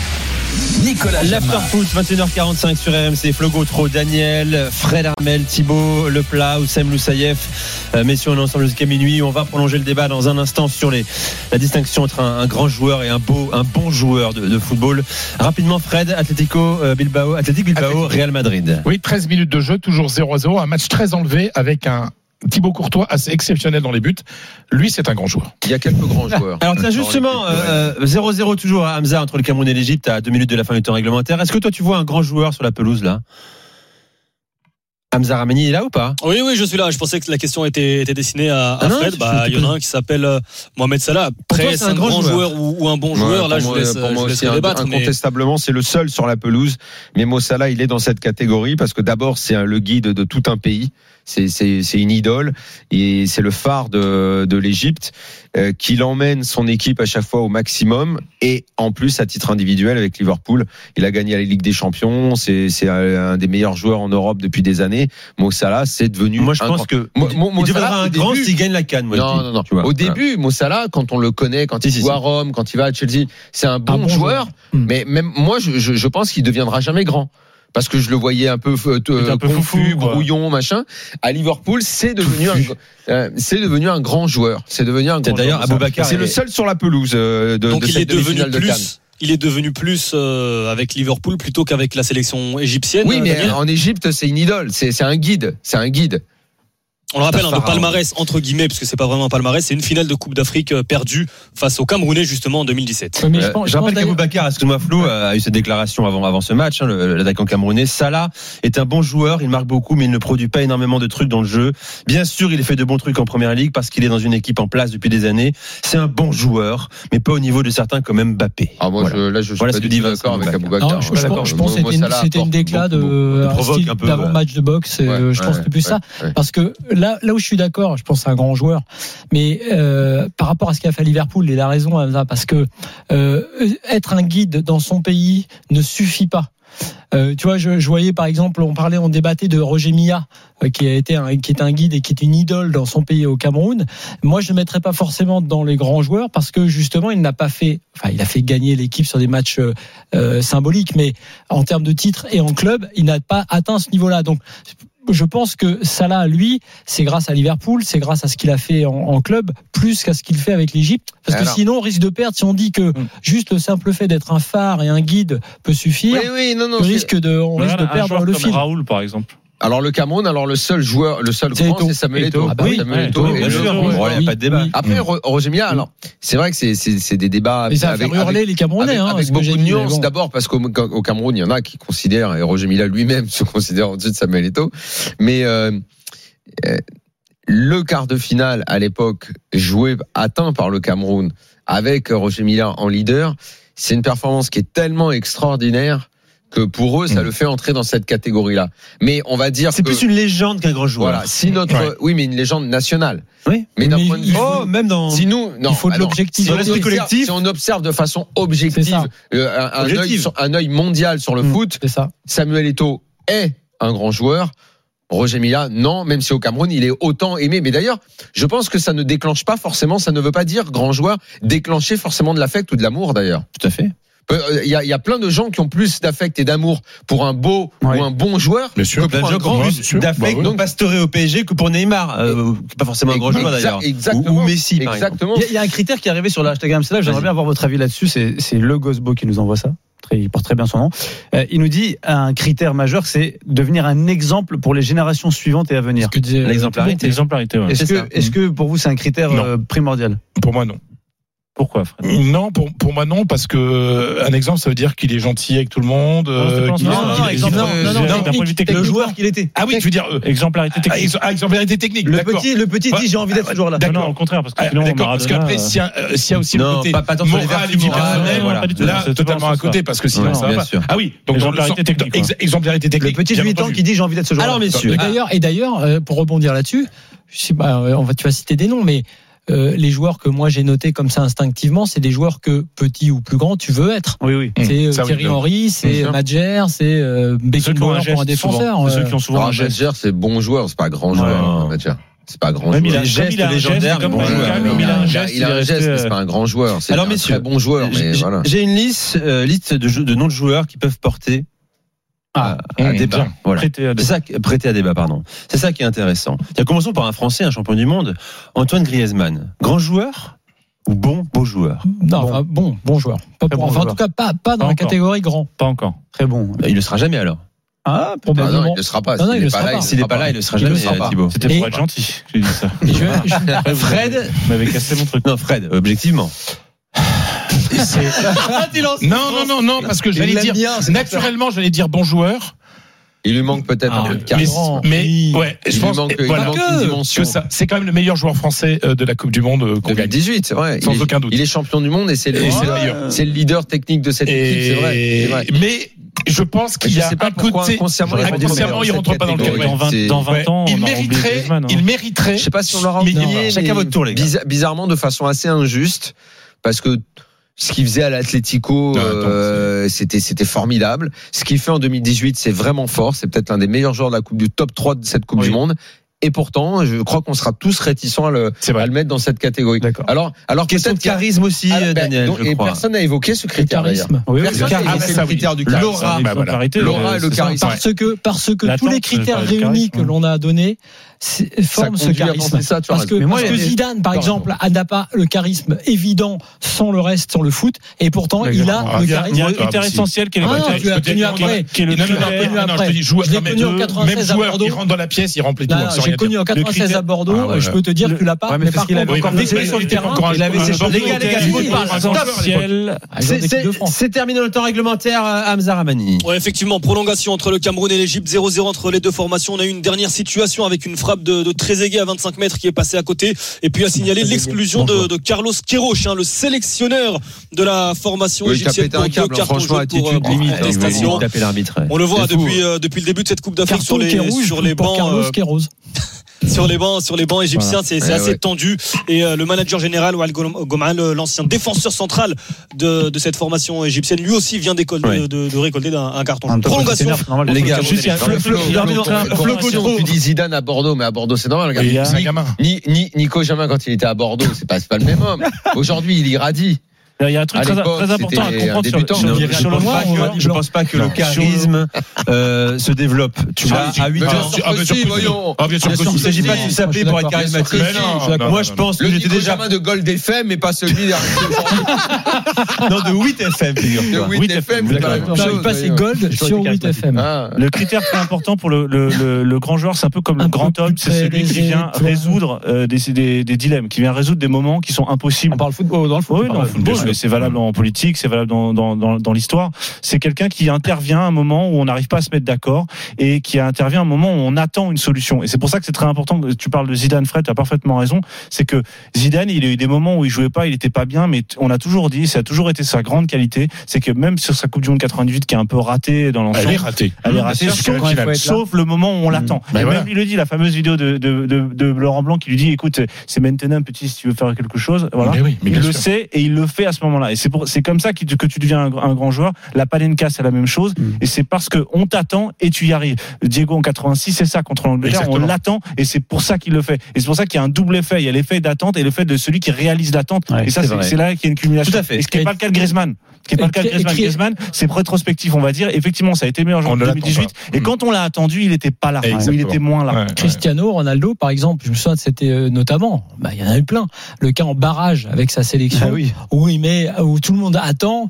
[SPEAKER 8] Nicolas
[SPEAKER 3] L'after
[SPEAKER 8] Jamin.
[SPEAKER 3] foot, 21h45 sur RMC. Flo Gautreau, Daniel, Fred Armel, Thibaut Leplat, Oussem Loussaïef. Euh, messieurs, on est ensemble jusqu'à minuit. On va prolonger le débat dans un instant sur les, la distinction entre un, un grand joueur et un, beau, un bon joueur de, de football. Rapidement, Fred, Atlético euh, Bilbao, Atlético Bilbao,
[SPEAKER 6] Atlético.
[SPEAKER 3] Real Madrid.
[SPEAKER 6] Oui, 13 minutes de jeu, toujours 0-0. Un match très enlevé avec un Thibaut Courtois assez exceptionnel dans les buts. Lui, c'est un grand joueur.
[SPEAKER 7] Il y a quelques grands joueurs.
[SPEAKER 3] Alors tiens,
[SPEAKER 7] Dans
[SPEAKER 3] justement,
[SPEAKER 7] l'équipe, ouais.
[SPEAKER 3] euh, euh, 0-0 toujours à Hamza entre le Cameroun et l'Égypte à deux minutes de la fin du temps réglementaire. Est-ce que toi tu vois un grand joueur sur la pelouse là Hamza Ramani est là ou pas
[SPEAKER 2] Oui, oui, je suis là. Je pensais que la question était, était destinée à, à
[SPEAKER 3] Ah non,
[SPEAKER 2] Fred.
[SPEAKER 3] je-
[SPEAKER 2] Bah,
[SPEAKER 3] je-
[SPEAKER 2] Il y en a un qui s'appelle euh, Mohamed Salah.
[SPEAKER 3] toi,
[SPEAKER 2] Après,
[SPEAKER 3] c'est
[SPEAKER 2] c'est
[SPEAKER 3] un
[SPEAKER 2] un
[SPEAKER 3] grand
[SPEAKER 2] grand
[SPEAKER 3] joueur.
[SPEAKER 2] joueur ou, ou un bon joueur.
[SPEAKER 7] Ouais, pour
[SPEAKER 2] Là, je vous
[SPEAKER 7] moi,
[SPEAKER 2] laisse,
[SPEAKER 7] pour
[SPEAKER 2] je
[SPEAKER 7] moi
[SPEAKER 2] vous laisse
[SPEAKER 7] aussi,
[SPEAKER 2] le
[SPEAKER 7] un-
[SPEAKER 2] débattre. mais-
[SPEAKER 7] incontestablement, c'est le seul sur la pelouse. Mais Mo Salah, il est dans cette catégorie parce que d'abord, c'est un- le guide de tout un pays. C'est- C'est c'est une idole et c'est le phare de, de l'Égypte euh, qui l'emmène son équipe à chaque fois au maximum. Et en plus, à titre individuel avec Liverpool, il a gagné la Ligue des Champions. C'est c'est un des meilleurs joueurs en Europe depuis des années. Mo Salah, c'est devenu.
[SPEAKER 3] Moi je
[SPEAKER 7] un
[SPEAKER 3] pense
[SPEAKER 7] grand-
[SPEAKER 3] que
[SPEAKER 7] Mo- Mo- Mo
[SPEAKER 3] il
[SPEAKER 7] Salah,
[SPEAKER 3] deviendra
[SPEAKER 7] au
[SPEAKER 3] un grand
[SPEAKER 7] début-
[SPEAKER 3] s'il gagne la canne.
[SPEAKER 7] non, non, non.
[SPEAKER 3] Tu vois,
[SPEAKER 7] Au
[SPEAKER 3] voilà.
[SPEAKER 7] début, Mossala, quand on le connaît, quand il
[SPEAKER 3] Si, si,
[SPEAKER 7] joue à Rome, quand il va à Chelsea, c'est un bon,
[SPEAKER 5] bon
[SPEAKER 7] joueur, Hmm.
[SPEAKER 5] Mm.
[SPEAKER 7] Mais même moi, je, je, je pense qu'il deviendra jamais grand. Parce que je le voyais un peu euh,
[SPEAKER 4] Il était un peu
[SPEAKER 7] confus,
[SPEAKER 4] foufou, quoi.
[SPEAKER 7] brouillon, machin. À Liverpool, c'est devenu, un, euh, c'est devenu un grand joueur. C'est devenu un grand
[SPEAKER 3] d'ailleurs
[SPEAKER 7] joueur, Mossala.
[SPEAKER 3] Aboubacar
[SPEAKER 7] C'est
[SPEAKER 3] est-
[SPEAKER 7] le seul sur la pelouse euh, de,
[SPEAKER 2] Donc
[SPEAKER 7] de
[SPEAKER 2] il est
[SPEAKER 7] cette
[SPEAKER 2] devenu
[SPEAKER 7] demi-finale de Cannes.
[SPEAKER 2] plus. Il est devenu plus euh, avec Liverpool plutôt qu'avec la sélection égyptienne.
[SPEAKER 7] Oui,
[SPEAKER 2] euh,
[SPEAKER 7] mais
[SPEAKER 2] Daniel.
[SPEAKER 7] en Égypte, c'est une idole. C'est c'est un guide. C'est un guide.
[SPEAKER 2] on le rappelle, hein,
[SPEAKER 7] Tafara,
[SPEAKER 2] le palmarès entre guillemets, parce que c'est pas vraiment un palmarès, c'est une finale de Coupe d'Afrique euh, perdue face aux Camerounais justement en 2017.
[SPEAKER 5] Ouais, mais je
[SPEAKER 7] Euh,
[SPEAKER 5] pense- je
[SPEAKER 3] Je rappelle
[SPEAKER 5] pense d'ailleurs-
[SPEAKER 3] qu'Aboubacar, excuse-moi Flo, euh, a eu cette déclaration avant, avant ce match, hein, le- l'attaquant camerounais. Salah est un bon joueur, il marque beaucoup, mais il ne produit pas énormément de trucs dans le jeu. Bien sûr, il fait de bons trucs en première ligue parce qu'il est dans une équipe en place depuis des années. C'est un bon joueur, mais pas au niveau de certains comme Mbappé.
[SPEAKER 7] Alors Ah, moi,
[SPEAKER 3] Voilà.
[SPEAKER 7] je, là, je suis
[SPEAKER 3] Voilà
[SPEAKER 7] pas
[SPEAKER 3] ce que
[SPEAKER 7] du
[SPEAKER 3] dit
[SPEAKER 7] tout Ah, d'accord
[SPEAKER 3] Vincent
[SPEAKER 7] avec
[SPEAKER 3] Aboubacar.
[SPEAKER 7] Aboubacar.
[SPEAKER 5] Non, je, je pense- je pense que c'était une,
[SPEAKER 7] Mossala
[SPEAKER 5] c'était une euh,
[SPEAKER 7] apporte
[SPEAKER 5] déclat
[SPEAKER 7] beaucoup, beaucoup.
[SPEAKER 3] beaucoup.
[SPEAKER 5] de un
[SPEAKER 3] Provoque
[SPEAKER 5] style
[SPEAKER 3] un peu, ouais.
[SPEAKER 5] d'avant-match de boxe. euh,
[SPEAKER 7] Ouais,
[SPEAKER 5] je pense
[SPEAKER 7] ouais,
[SPEAKER 5] que plus ça.
[SPEAKER 7] ouais.
[SPEAKER 5] Parce que là, là où je suis d'accord, je pense que c'est un grand joueur, mais euh, par rapport à ce qu'a fait Liverpool, il a raison, Hamza, parce que euh, être un guide dans son pays ne suffit pas. Euh, tu vois, je, je voyais par exemple, on parlait, on débattait de Roger Milla, euh, qui a été un, qui est un guide et qui est une idole dans son pays au Cameroun. Moi, je ne le mettrais pas forcément dans les grands joueurs parce que justement, il n'a pas fait, enfin, il a fait gagner l'équipe sur des matchs euh, euh, symboliques, mais en termes de titres et en club, il n'a pas atteint ce niveau-là. Donc, je pense que Salah, lui, c'est grâce à Liverpool, c'est grâce à ce qu'il a fait en, en club, plus qu'à ce qu'il fait avec l'Égypte. Parce que
[SPEAKER 7] Alors. Hmm.
[SPEAKER 5] sinon, on risque de perdre si on dit que juste le simple fait d'être un phare et un guide peut
[SPEAKER 7] Oui,
[SPEAKER 5] suffire.
[SPEAKER 7] oui, non, non.
[SPEAKER 5] on
[SPEAKER 7] c'est-
[SPEAKER 5] risque de, on
[SPEAKER 4] Voilà,
[SPEAKER 5] risque de
[SPEAKER 4] un joueur
[SPEAKER 5] perdre le
[SPEAKER 4] comme
[SPEAKER 5] fil.
[SPEAKER 4] Raoul, par exemple.
[SPEAKER 7] Alors le Cameroun, alors le seul joueur, le seul
[SPEAKER 5] C'est
[SPEAKER 7] grand,
[SPEAKER 5] Eto'o.
[SPEAKER 7] c'est Samuel
[SPEAKER 5] Eto'o.
[SPEAKER 7] Eto'o.
[SPEAKER 5] Ah bah oui,
[SPEAKER 7] Samuel
[SPEAKER 4] ouais,
[SPEAKER 7] Eto'o
[SPEAKER 4] oui,
[SPEAKER 7] et
[SPEAKER 4] bien
[SPEAKER 7] le-
[SPEAKER 4] sûr.
[SPEAKER 7] Bon,
[SPEAKER 3] Bon, là, Oh, il n'y a pas de débat. Mm.
[SPEAKER 5] oui.
[SPEAKER 7] Après Ro- Roger Milla, alors c'est vrai que c'est c'est- c'est des débats
[SPEAKER 5] Mais ça va
[SPEAKER 7] avec-
[SPEAKER 5] faire hurler
[SPEAKER 7] avec-
[SPEAKER 5] les Camerounais.
[SPEAKER 7] avec-
[SPEAKER 5] hein,
[SPEAKER 7] avec
[SPEAKER 5] ce que
[SPEAKER 7] beaucoup
[SPEAKER 5] j'ai
[SPEAKER 7] de
[SPEAKER 5] dit, mais
[SPEAKER 7] nuances.
[SPEAKER 5] bon.
[SPEAKER 7] D'abord parce qu'au au Cameroun, il y en a qui considèrent et Roger Milla lui-même se considère au-dessus de Samuel Eto'o. Mais euh, euh, le quart de finale à l'époque joué atteint par le Cameroun avec Roger Milla en leader, c'est une performance qui est tellement extraordinaire que pour eux,
[SPEAKER 5] Mm.
[SPEAKER 7] ça le fait entrer dans cette catégorie-là. Mais on va dire
[SPEAKER 3] C'est
[SPEAKER 7] que-
[SPEAKER 3] plus une légende qu'un grand joueur.
[SPEAKER 7] voilà, si notre
[SPEAKER 3] Ouais.
[SPEAKER 7] oui, mais une légende nationale.
[SPEAKER 3] Oui.
[SPEAKER 7] Mais d'un
[SPEAKER 5] Mais
[SPEAKER 7] point de
[SPEAKER 5] il
[SPEAKER 7] vue
[SPEAKER 3] Oh, même dans.
[SPEAKER 7] si nous, non,
[SPEAKER 5] il faut de
[SPEAKER 7] bah non.
[SPEAKER 5] l'objectif.
[SPEAKER 7] Si on,
[SPEAKER 3] Dans l'esprit
[SPEAKER 7] observe,
[SPEAKER 3] collectif.
[SPEAKER 7] si on observe de façon objective
[SPEAKER 5] ça.
[SPEAKER 7] euh, un, un
[SPEAKER 3] Objectif.
[SPEAKER 7] œil sur- un œil mondial sur le
[SPEAKER 5] Mm.
[SPEAKER 7] foot,
[SPEAKER 5] C'est ça.
[SPEAKER 7] Samuel Eto'o est un grand joueur. Roger Milla, non, même si au Cameroun, il est autant aimé. Mais d'ailleurs, je pense que ça ne déclenche pas forcément, ça ne veut pas dire grand joueur, déclencher forcément de l'affect ou de l'amour d'ailleurs. euh,
[SPEAKER 3] Tout à fait.
[SPEAKER 7] Il y, a, il y a plein de gens qui ont plus d'affect et d'amour pour un beau ou un bon joueur
[SPEAKER 6] Bien sûr,
[SPEAKER 7] que
[SPEAKER 3] Plein
[SPEAKER 7] pour
[SPEAKER 3] de
[SPEAKER 7] un
[SPEAKER 3] gens qui ont
[SPEAKER 7] grand.
[SPEAKER 3] plus
[SPEAKER 7] Bah
[SPEAKER 3] d'affect
[SPEAKER 7] oui.
[SPEAKER 3] donc Pastore au PSG que pour Neymar, euh, qui est pas forcément un grand joueur
[SPEAKER 7] Exact-
[SPEAKER 3] d'ailleurs. Ou,
[SPEAKER 7] Exactement.
[SPEAKER 3] ou Messi, par exemple.
[SPEAKER 7] Exactement.
[SPEAKER 9] Il y, a- il y a un critère qui est arrivé sur le hashtag AMC Live, j'aimerais
[SPEAKER 3] Vas-y.
[SPEAKER 9] bien avoir votre avis là-dessus. C'est c'est le Gosbo qui nous envoie ça. Très- Il porte très bien son nom. Euh, il nous dit un critère majeur, c'est devenir un exemple pour les générations suivantes et à venir.
[SPEAKER 5] que disait-
[SPEAKER 3] L'exemplarité.
[SPEAKER 4] L'exemplarité, ouais.
[SPEAKER 9] Est-ce
[SPEAKER 3] c'est
[SPEAKER 9] que,
[SPEAKER 3] ça.
[SPEAKER 9] est-ce que pour vous c'est un critère
[SPEAKER 6] Non.
[SPEAKER 9] euh, primordial
[SPEAKER 6] Pour moi, non.
[SPEAKER 4] Pourquoi, Fred
[SPEAKER 6] Non, pour, pour moi non, parce que euh, un exemple, ça veut dire qu'il est gentil avec tout le monde. euh,
[SPEAKER 4] Non,
[SPEAKER 6] qu'il-
[SPEAKER 4] non, non,
[SPEAKER 6] qu'il-
[SPEAKER 4] exemple,
[SPEAKER 6] qu'il-
[SPEAKER 4] non, non, non,
[SPEAKER 6] d'un point de vue
[SPEAKER 4] technique.
[SPEAKER 9] le joueur qu'il était.
[SPEAKER 6] Ah oui, tu veux dire euh,
[SPEAKER 4] Exemplarité
[SPEAKER 6] ah,
[SPEAKER 4] technique.
[SPEAKER 6] ex- ah, exemplarité technique.
[SPEAKER 9] Le
[SPEAKER 6] d'accord.
[SPEAKER 9] petit, le petit
[SPEAKER 6] Ouais.
[SPEAKER 9] dit j'ai envie d'être ce joueur-là.
[SPEAKER 4] Non, non,
[SPEAKER 6] D'accord.
[SPEAKER 4] au contraire, parce que
[SPEAKER 6] Ah,
[SPEAKER 4] sinon,
[SPEAKER 6] d'accord, parce
[SPEAKER 4] Maradona,
[SPEAKER 6] qu'après, s'il y, a, euh, s'il y a aussi le
[SPEAKER 3] Non,
[SPEAKER 6] côté
[SPEAKER 3] pas- pas tant sur les
[SPEAKER 6] moral et
[SPEAKER 3] vertus
[SPEAKER 6] vital,
[SPEAKER 3] morales,
[SPEAKER 6] ouais,
[SPEAKER 4] voilà, pas du tout.
[SPEAKER 6] là,
[SPEAKER 4] C'est
[SPEAKER 6] totalement
[SPEAKER 4] totalement
[SPEAKER 6] à
[SPEAKER 4] sur
[SPEAKER 6] côté,
[SPEAKER 4] ça.
[SPEAKER 6] parce que sinon,
[SPEAKER 4] Ouais,
[SPEAKER 6] ça va
[SPEAKER 4] bien
[SPEAKER 6] pas.
[SPEAKER 4] sûr.
[SPEAKER 6] Ah oui, donc dans le
[SPEAKER 4] Exemplarité
[SPEAKER 6] sens-
[SPEAKER 4] technique,
[SPEAKER 6] ex-
[SPEAKER 4] quoi.
[SPEAKER 6] exemplarité technique.
[SPEAKER 9] Le petit
[SPEAKER 6] bien
[SPEAKER 9] 8 ans
[SPEAKER 6] entendu.
[SPEAKER 9] qui dit j'ai envie d'être ce joueur-là.
[SPEAKER 2] Alors, messieurs,
[SPEAKER 6] Ah.
[SPEAKER 5] D'ailleurs, et d'ailleurs, euh, pour rebondir là-dessus, je sais pas, euh, on va, tu vas citer des noms, mais euh, les joueurs que moi j'ai notés comme ça instinctivement, c'est des joueurs que petit ou plus grand tu veux être.
[SPEAKER 9] Oui, oui.
[SPEAKER 5] C'est euh,
[SPEAKER 6] ça, oui,
[SPEAKER 5] Thierry
[SPEAKER 6] bien.
[SPEAKER 5] Henry,
[SPEAKER 4] Bien
[SPEAKER 5] c'est
[SPEAKER 4] sûr.
[SPEAKER 5] Madjer, c'est euh,
[SPEAKER 4] Ceux qui ont un
[SPEAKER 5] Beckenbauer pour un
[SPEAKER 4] geste,
[SPEAKER 5] défenseur.
[SPEAKER 4] souvent. C'est
[SPEAKER 5] euh,
[SPEAKER 4] Ceux qui ont souvent
[SPEAKER 7] Alors,
[SPEAKER 4] un geste.
[SPEAKER 7] Madjer, c'est bon joueur, c'est pas grand joueur.
[SPEAKER 3] Ouais.
[SPEAKER 7] hein, Madjer. C'est pas grand
[SPEAKER 4] Même il a
[SPEAKER 7] joueur.
[SPEAKER 4] un geste légendaire,
[SPEAKER 7] Bon
[SPEAKER 4] mais
[SPEAKER 7] joueur,
[SPEAKER 4] quand même,
[SPEAKER 7] non.
[SPEAKER 4] il a un
[SPEAKER 7] Il a-
[SPEAKER 4] geste,
[SPEAKER 7] Il a
[SPEAKER 4] il est
[SPEAKER 7] un
[SPEAKER 4] resté,
[SPEAKER 7] geste, mais c'est
[SPEAKER 4] euh,
[SPEAKER 7] pas un grand joueur. C'est
[SPEAKER 3] Alors,
[SPEAKER 7] un
[SPEAKER 3] messieurs,
[SPEAKER 7] très bon joueur, mais
[SPEAKER 3] J'ai
[SPEAKER 7] voilà.
[SPEAKER 3] j'ai une liste, euh, liste de, jeux- de noms de joueurs qui peuvent porter à, à
[SPEAKER 6] Mmh,
[SPEAKER 3] débat.
[SPEAKER 6] bien.
[SPEAKER 3] Voilà.
[SPEAKER 4] Prêté à des-
[SPEAKER 3] C'est ça, qui- prêté à débat, pardon. C'est ça qui est intéressant. C'est-à-dire, commençons par un Français, un champion du monde, Antoine Griezmann. Grand joueur ou bon, beau joueur
[SPEAKER 5] Non,
[SPEAKER 9] Bon.
[SPEAKER 5] enfin, bon, bon joueur.
[SPEAKER 9] Très
[SPEAKER 5] Pas
[SPEAKER 9] bon
[SPEAKER 5] pour- enfin, en
[SPEAKER 9] joueur.
[SPEAKER 5] tout cas, pas, pas
[SPEAKER 4] Pas
[SPEAKER 5] dans la
[SPEAKER 4] encore.
[SPEAKER 5] catégorie grand.
[SPEAKER 4] Pas encore.
[SPEAKER 9] Très bon.
[SPEAKER 3] Bah, Il ne sera jamais alors.
[SPEAKER 9] Ah,
[SPEAKER 7] Ah non,
[SPEAKER 5] Probablement.
[SPEAKER 7] il ne sera pas.
[SPEAKER 5] Non, non,
[SPEAKER 7] S'il
[SPEAKER 5] il
[SPEAKER 7] n'est pas
[SPEAKER 5] le sera
[SPEAKER 7] là,
[SPEAKER 5] pas.
[SPEAKER 7] il
[SPEAKER 3] S'il
[SPEAKER 7] ne
[SPEAKER 3] n'est pas là, il ne sera
[SPEAKER 7] Il
[SPEAKER 3] jamais,
[SPEAKER 7] le sera pas.
[SPEAKER 3] Thibaut.
[SPEAKER 4] C'était
[SPEAKER 5] Et-
[SPEAKER 4] pour être gentil, j'ai dit ça.
[SPEAKER 5] Mais je- je-
[SPEAKER 3] Fred
[SPEAKER 4] Vous m'avez cassé mon truc.
[SPEAKER 3] Non, Fred, objectivement.
[SPEAKER 5] Ah,
[SPEAKER 6] Non, non, non, non, parce que j'allais dire, naturellement, j'allais dire bon joueur,
[SPEAKER 7] Il lui manque peut-être un peu de
[SPEAKER 6] mais,
[SPEAKER 7] charisme.
[SPEAKER 6] mais ouais,
[SPEAKER 7] Il
[SPEAKER 6] je
[SPEAKER 7] lui
[SPEAKER 6] pense
[SPEAKER 7] manque
[SPEAKER 6] et
[SPEAKER 7] il
[SPEAKER 6] voilà,
[SPEAKER 7] manque une dimension.
[SPEAKER 6] que ça, c'est quand même le meilleur joueur français euh, de la Coupe du Monde euh, qu'on gagne.
[SPEAKER 7] 2018, c'est vrai.
[SPEAKER 6] Sans
[SPEAKER 7] il est,
[SPEAKER 6] aucun doute.
[SPEAKER 7] Il est champion du monde et c'est le,
[SPEAKER 6] Et c'est le meilleur.
[SPEAKER 7] c'est le leader technique de cette équipe, c'est vrai. c'est vrai.
[SPEAKER 6] Mais je pense qu'il
[SPEAKER 7] Je
[SPEAKER 6] y a
[SPEAKER 7] sais pas
[SPEAKER 6] un
[SPEAKER 7] pourquoi
[SPEAKER 6] côté.
[SPEAKER 7] inconsciemment, il rentre
[SPEAKER 6] Ah, inconsciemment,
[SPEAKER 7] dans le
[SPEAKER 6] il rentre
[SPEAKER 7] cette
[SPEAKER 6] pas dans le
[SPEAKER 7] catégorie.
[SPEAKER 6] cadre.
[SPEAKER 4] Dans 20, dans 20
[SPEAKER 6] Ouais.
[SPEAKER 4] ans,
[SPEAKER 6] il
[SPEAKER 4] on a oublié
[SPEAKER 6] mériterait,
[SPEAKER 4] Griezmann, hein.
[SPEAKER 6] il mériterait.
[SPEAKER 7] Je sais pas si on l'aura
[SPEAKER 6] Mais
[SPEAKER 7] encore.
[SPEAKER 6] il est-
[SPEAKER 3] Chacun votre tour, les gars.
[SPEAKER 7] Bizar- bizarrement, de façon assez injuste, parce que ce qu'il faisait à l'Atlético,
[SPEAKER 6] Ah, attends,
[SPEAKER 7] euh, c'était c'était formidable. Ce qu'il fait en 2018, c'est vraiment fort. C'est peut-être l'un des meilleurs joueurs de la Coupe du top 3 de cette Coupe
[SPEAKER 9] Oui.
[SPEAKER 7] du Monde. Et pourtant, je crois qu'on sera tous réticents à le,
[SPEAKER 6] C'est
[SPEAKER 7] à
[SPEAKER 6] vrai.
[SPEAKER 7] le mettre dans cette catégorie.
[SPEAKER 9] D'accord.
[SPEAKER 7] Alors, alors
[SPEAKER 3] Question
[SPEAKER 7] peut-être
[SPEAKER 3] de
[SPEAKER 7] qu'il y a-
[SPEAKER 3] charisme aussi,
[SPEAKER 7] alors,
[SPEAKER 3] euh,
[SPEAKER 7] ben,
[SPEAKER 3] Daniel,
[SPEAKER 7] donc,
[SPEAKER 3] je
[SPEAKER 7] et
[SPEAKER 3] crois.
[SPEAKER 7] personne n'a évoqué ce
[SPEAKER 5] le
[SPEAKER 7] critère d'ailleurs.
[SPEAKER 5] charisme.
[SPEAKER 9] Oui, oui.
[SPEAKER 7] Personne
[SPEAKER 6] Ah,
[SPEAKER 7] n'a
[SPEAKER 6] bah,
[SPEAKER 7] évoqué
[SPEAKER 6] ça,
[SPEAKER 7] le
[SPEAKER 6] oui.
[SPEAKER 7] critère du charisme.
[SPEAKER 6] Laura. Ah, bah, voilà.
[SPEAKER 4] L'exemplarité,
[SPEAKER 7] Laura
[SPEAKER 4] euh,
[SPEAKER 7] et le
[SPEAKER 4] c'est ça.
[SPEAKER 7] charisme.
[SPEAKER 5] Parce que, parce que tous
[SPEAKER 4] L'attente,
[SPEAKER 5] les
[SPEAKER 4] c'est
[SPEAKER 5] critères
[SPEAKER 4] pas le charisme,
[SPEAKER 5] réunis que
[SPEAKER 4] hein.
[SPEAKER 5] l'on a donnés c'est- forment ce
[SPEAKER 7] conduit à
[SPEAKER 5] charisme.
[SPEAKER 7] penser ça, tu as
[SPEAKER 5] Parce que,
[SPEAKER 7] raison.
[SPEAKER 9] Mais moi,
[SPEAKER 5] parce
[SPEAKER 9] il y a
[SPEAKER 5] que
[SPEAKER 9] des-
[SPEAKER 5] Zidane, par
[SPEAKER 7] Pardon.
[SPEAKER 5] exemple, a- n'a pas le charisme évident sans le reste, sans le foot, et pourtant il a
[SPEAKER 6] Ah,
[SPEAKER 5] le
[SPEAKER 6] bien,
[SPEAKER 5] charisme.
[SPEAKER 4] Il y a un
[SPEAKER 6] Ah,
[SPEAKER 4] critère
[SPEAKER 6] si.
[SPEAKER 4] essentiel qui est le
[SPEAKER 5] Ah,
[SPEAKER 4] critère-
[SPEAKER 5] tu l'as
[SPEAKER 6] Je peux te
[SPEAKER 5] connu
[SPEAKER 6] dire,
[SPEAKER 5] après.
[SPEAKER 4] qui est le
[SPEAKER 6] Non, non, non,
[SPEAKER 5] l'as
[SPEAKER 4] critère-
[SPEAKER 5] connu
[SPEAKER 6] non, non,
[SPEAKER 5] après.
[SPEAKER 6] je te dis, joueur,
[SPEAKER 5] Je l'ai
[SPEAKER 6] non, mais
[SPEAKER 5] connu en
[SPEAKER 6] deux,
[SPEAKER 5] 96
[SPEAKER 6] même
[SPEAKER 5] à
[SPEAKER 6] joueur,
[SPEAKER 5] Bordeaux.
[SPEAKER 6] il rentre dans la pièce, il remplit tout le
[SPEAKER 5] Non,
[SPEAKER 6] monde
[SPEAKER 5] non, J'ai
[SPEAKER 6] sans rien
[SPEAKER 5] connu
[SPEAKER 6] dire.
[SPEAKER 5] en 96 à Bordeaux,
[SPEAKER 6] Ah, ouais.
[SPEAKER 5] je peux te dire que tu l'as pas.
[SPEAKER 9] Ouais, mais
[SPEAKER 5] mais
[SPEAKER 9] c'est
[SPEAKER 5] par
[SPEAKER 9] ce qu'il
[SPEAKER 5] contre,
[SPEAKER 9] avait
[SPEAKER 6] Oui,
[SPEAKER 9] encore
[SPEAKER 6] mais
[SPEAKER 9] fait
[SPEAKER 6] il
[SPEAKER 9] sur le
[SPEAKER 6] était
[SPEAKER 9] terrain.
[SPEAKER 6] encore un
[SPEAKER 9] Il avait
[SPEAKER 6] joueur.
[SPEAKER 9] ses
[SPEAKER 6] Les
[SPEAKER 9] champions.
[SPEAKER 6] gars, les gars,
[SPEAKER 9] Il était
[SPEAKER 6] parle.
[SPEAKER 9] un joueur.
[SPEAKER 4] essentiel.
[SPEAKER 5] Ah, j'en ai que deux francs.
[SPEAKER 3] C'est terminé le temps réglementaire, euh, Hamza Ramani.
[SPEAKER 2] Ouais, effectivement, prolongation entre le Cameroun et l'Égypte, 0-0 entre les deux formations. On a eu une dernière situation avec une frappe de, de Trezeguet à 25 mètres qui est passée à côté. Et puis à signaler l'exclusion de, de Carlos Queiroz, hein, le sélectionneur de la formation
[SPEAKER 7] Oui, il a
[SPEAKER 2] égyptienne
[SPEAKER 7] pété un
[SPEAKER 2] pour
[SPEAKER 7] câble,
[SPEAKER 2] deux
[SPEAKER 7] hein,
[SPEAKER 2] cartons
[SPEAKER 7] franchement,
[SPEAKER 2] jaunes pour, euh,
[SPEAKER 7] attitude
[SPEAKER 2] pour
[SPEAKER 7] limite, hein,
[SPEAKER 2] contestation.
[SPEAKER 7] vraiment.
[SPEAKER 3] Taper l'arbitre. ouais.
[SPEAKER 2] On le voit
[SPEAKER 7] C'est fou,
[SPEAKER 2] depuis, euh, depuis le début de cette Coupe d'Afrique sur
[SPEAKER 5] Carton qui est
[SPEAKER 2] les,
[SPEAKER 5] rouge
[SPEAKER 2] sur les
[SPEAKER 5] pour
[SPEAKER 2] bancs.
[SPEAKER 5] Carlos
[SPEAKER 2] euh,
[SPEAKER 5] Queiroz.
[SPEAKER 2] sur les bancs, sur les bancs égyptiens, c'est c'est
[SPEAKER 7] Ouais,
[SPEAKER 2] assez
[SPEAKER 7] ouais.
[SPEAKER 2] tendu. Et euh, le manager général, Wael Gom- Goman, le- euh, l'ancien défenseur central de, de cette formation égyptienne, lui aussi vient d'école-
[SPEAKER 3] Ouais.
[SPEAKER 2] de, de- de récolter un, un carton.
[SPEAKER 9] En même temps,
[SPEAKER 2] Prolongation.
[SPEAKER 9] c'est normal.
[SPEAKER 2] entre
[SPEAKER 3] Les gars,
[SPEAKER 2] Cameroun et
[SPEAKER 3] juste
[SPEAKER 2] l'Égypte.
[SPEAKER 7] Non, mais Flo, Flo, Flo, Flo, Flo, tu dis Zidane à Bordeaux, mais à Bordeaux c'est normal.
[SPEAKER 6] Et
[SPEAKER 7] regarde.
[SPEAKER 6] C'est un gamin.
[SPEAKER 7] Ni, ni- Nico Jamin quand il était à Bordeaux, c'est pas, c'est pas le même homme. Aujourd'hui, il irradie.
[SPEAKER 4] Il y a un truc
[SPEAKER 7] À
[SPEAKER 4] très,
[SPEAKER 7] l'époque,
[SPEAKER 4] très important à
[SPEAKER 7] c'était un
[SPEAKER 4] comprendre sur,
[SPEAKER 7] débutant.
[SPEAKER 4] sur-
[SPEAKER 7] Non,
[SPEAKER 4] sur
[SPEAKER 7] je
[SPEAKER 4] le
[SPEAKER 3] pense
[SPEAKER 4] noir.
[SPEAKER 3] pas
[SPEAKER 7] euh,
[SPEAKER 3] que- je pense pas que le charisme euh, se développe. Tu
[SPEAKER 7] Ah,
[SPEAKER 3] vois, à 8
[SPEAKER 7] mais bien
[SPEAKER 3] ans.
[SPEAKER 7] sûr.
[SPEAKER 6] Ah, bien sûr
[SPEAKER 7] Si,
[SPEAKER 6] que si.
[SPEAKER 7] voyons.
[SPEAKER 6] Ah, bien sûr
[SPEAKER 7] Bien
[SPEAKER 6] que
[SPEAKER 7] sûr
[SPEAKER 6] si.
[SPEAKER 3] Il
[SPEAKER 7] que
[SPEAKER 3] s'agit pas de
[SPEAKER 7] si.
[SPEAKER 3] saper pour être
[SPEAKER 9] Moi, je suis
[SPEAKER 3] charismatique.
[SPEAKER 7] d'accord. Mais non,
[SPEAKER 3] Je suis d'accord.
[SPEAKER 6] non,
[SPEAKER 3] Moi,
[SPEAKER 6] non,
[SPEAKER 3] je
[SPEAKER 6] non.
[SPEAKER 3] pense
[SPEAKER 7] Le
[SPEAKER 3] que j'étais
[SPEAKER 7] Nico
[SPEAKER 3] déjà
[SPEAKER 7] Jamin de Gold FM, mais pas celui de
[SPEAKER 3] non, de 8 FM, figure-toi.
[SPEAKER 7] 8 FM. c'est pas la même
[SPEAKER 5] Non,
[SPEAKER 7] chose,
[SPEAKER 5] Il passe
[SPEAKER 7] voyons.
[SPEAKER 5] Gold
[SPEAKER 9] J'aurais
[SPEAKER 5] sur
[SPEAKER 9] été
[SPEAKER 5] 8
[SPEAKER 9] charismatique.
[SPEAKER 5] FM.
[SPEAKER 7] Ah.
[SPEAKER 4] Le critère très important pour le, le, le, le grand joueur, c'est un peu comme
[SPEAKER 5] Un
[SPEAKER 4] le
[SPEAKER 5] peu
[SPEAKER 4] grand
[SPEAKER 5] plus
[SPEAKER 4] homme, c'est
[SPEAKER 5] près
[SPEAKER 4] celui
[SPEAKER 5] des
[SPEAKER 4] qui vient
[SPEAKER 5] étoiles.
[SPEAKER 4] résoudre euh, des, des, des dilemmes, qui vient résoudre des moments qui sont impossibles.
[SPEAKER 9] On parle football dans le foot.
[SPEAKER 4] Oui,
[SPEAKER 9] on
[SPEAKER 4] dans le
[SPEAKER 9] parle
[SPEAKER 4] football,
[SPEAKER 9] football.
[SPEAKER 4] mais c'est valable en politique, c'est valable dans, dans, dans, dans l'histoire. C'est quelqu'un qui intervient à un moment où on n'arrive pas à se mettre d'accord et qui intervient à un moment où on attend une solution. Et c'est pour ça que c'est très important. que Tu parles de Zidane, Fred, tu as parfaitement raison. C'est que Zidane, il a eu des moments où il jouait pas, il était pas bien, mais t- on a toujours dit, ça a toujours été sa grande qualité, c'est que même sur sa Coupe du Monde 98 qui est un peu ratée dans l'ensemble,
[SPEAKER 6] Elle est ratée.
[SPEAKER 4] elle est ratée,
[SPEAKER 6] Bien Ah, sûr,
[SPEAKER 4] sauf,
[SPEAKER 6] quand il faut être là.
[SPEAKER 4] sauf le moment où on l'attend.
[SPEAKER 6] Ben
[SPEAKER 4] Et
[SPEAKER 6] voilà.
[SPEAKER 4] même il le dit, la fameuse vidéo de, de, de, de Laurent Blanc qui lui dit, écoute, c'est maintenant petit si tu veux faire quelque chose. Voilà.
[SPEAKER 6] Mais oui, mais
[SPEAKER 4] il
[SPEAKER 6] bien
[SPEAKER 4] le
[SPEAKER 6] sûr.
[SPEAKER 4] sait et il le fait à ce ce moment-là. Et c'est pour, c'est comme ça que tu, que tu deviens un, un grand joueur. La Panenka, c'est la même chose.
[SPEAKER 9] Mm.
[SPEAKER 4] Et c'est parce que on t'attend et tu y arrives. Diego en 86, c'est ça contre l'Angleterre. On
[SPEAKER 6] Exactement.
[SPEAKER 4] l'attend et c'est pour ça qu'il le fait. Et c'est pour ça qu'il y a un double effet. Il y a l'effet d'attente et l'effet de celui qui réalise l'attente.
[SPEAKER 9] Ouais,
[SPEAKER 4] et ça,
[SPEAKER 9] c'est
[SPEAKER 4] c'est
[SPEAKER 9] vrai.
[SPEAKER 4] c'est là qu'il y a une cumulation.
[SPEAKER 3] Tout à fait.
[SPEAKER 4] Et ce qui n'est pas le cas de Griezmann. Ce qui n'est pas le cas de
[SPEAKER 5] Et- et-
[SPEAKER 4] Griezmann.
[SPEAKER 5] et-
[SPEAKER 4] Griezmann, c'est rétrospectif, on va dire. Effectivement, ça a été meilleur
[SPEAKER 6] On
[SPEAKER 4] en
[SPEAKER 6] ne l'attend
[SPEAKER 4] 2018. Et
[SPEAKER 6] Mm.
[SPEAKER 4] quand on l'a attendu, il n'était pas là. Ou il
[SPEAKER 6] Exactement.
[SPEAKER 4] était moins là.
[SPEAKER 6] Ouais, ouais.
[SPEAKER 5] Cristiano Ronaldo, par exemple, je me souviens, c'était euh, notamment, bah, il y en a eu plein, le cas en barrage avec sa sélection, où il met, où tout le monde attend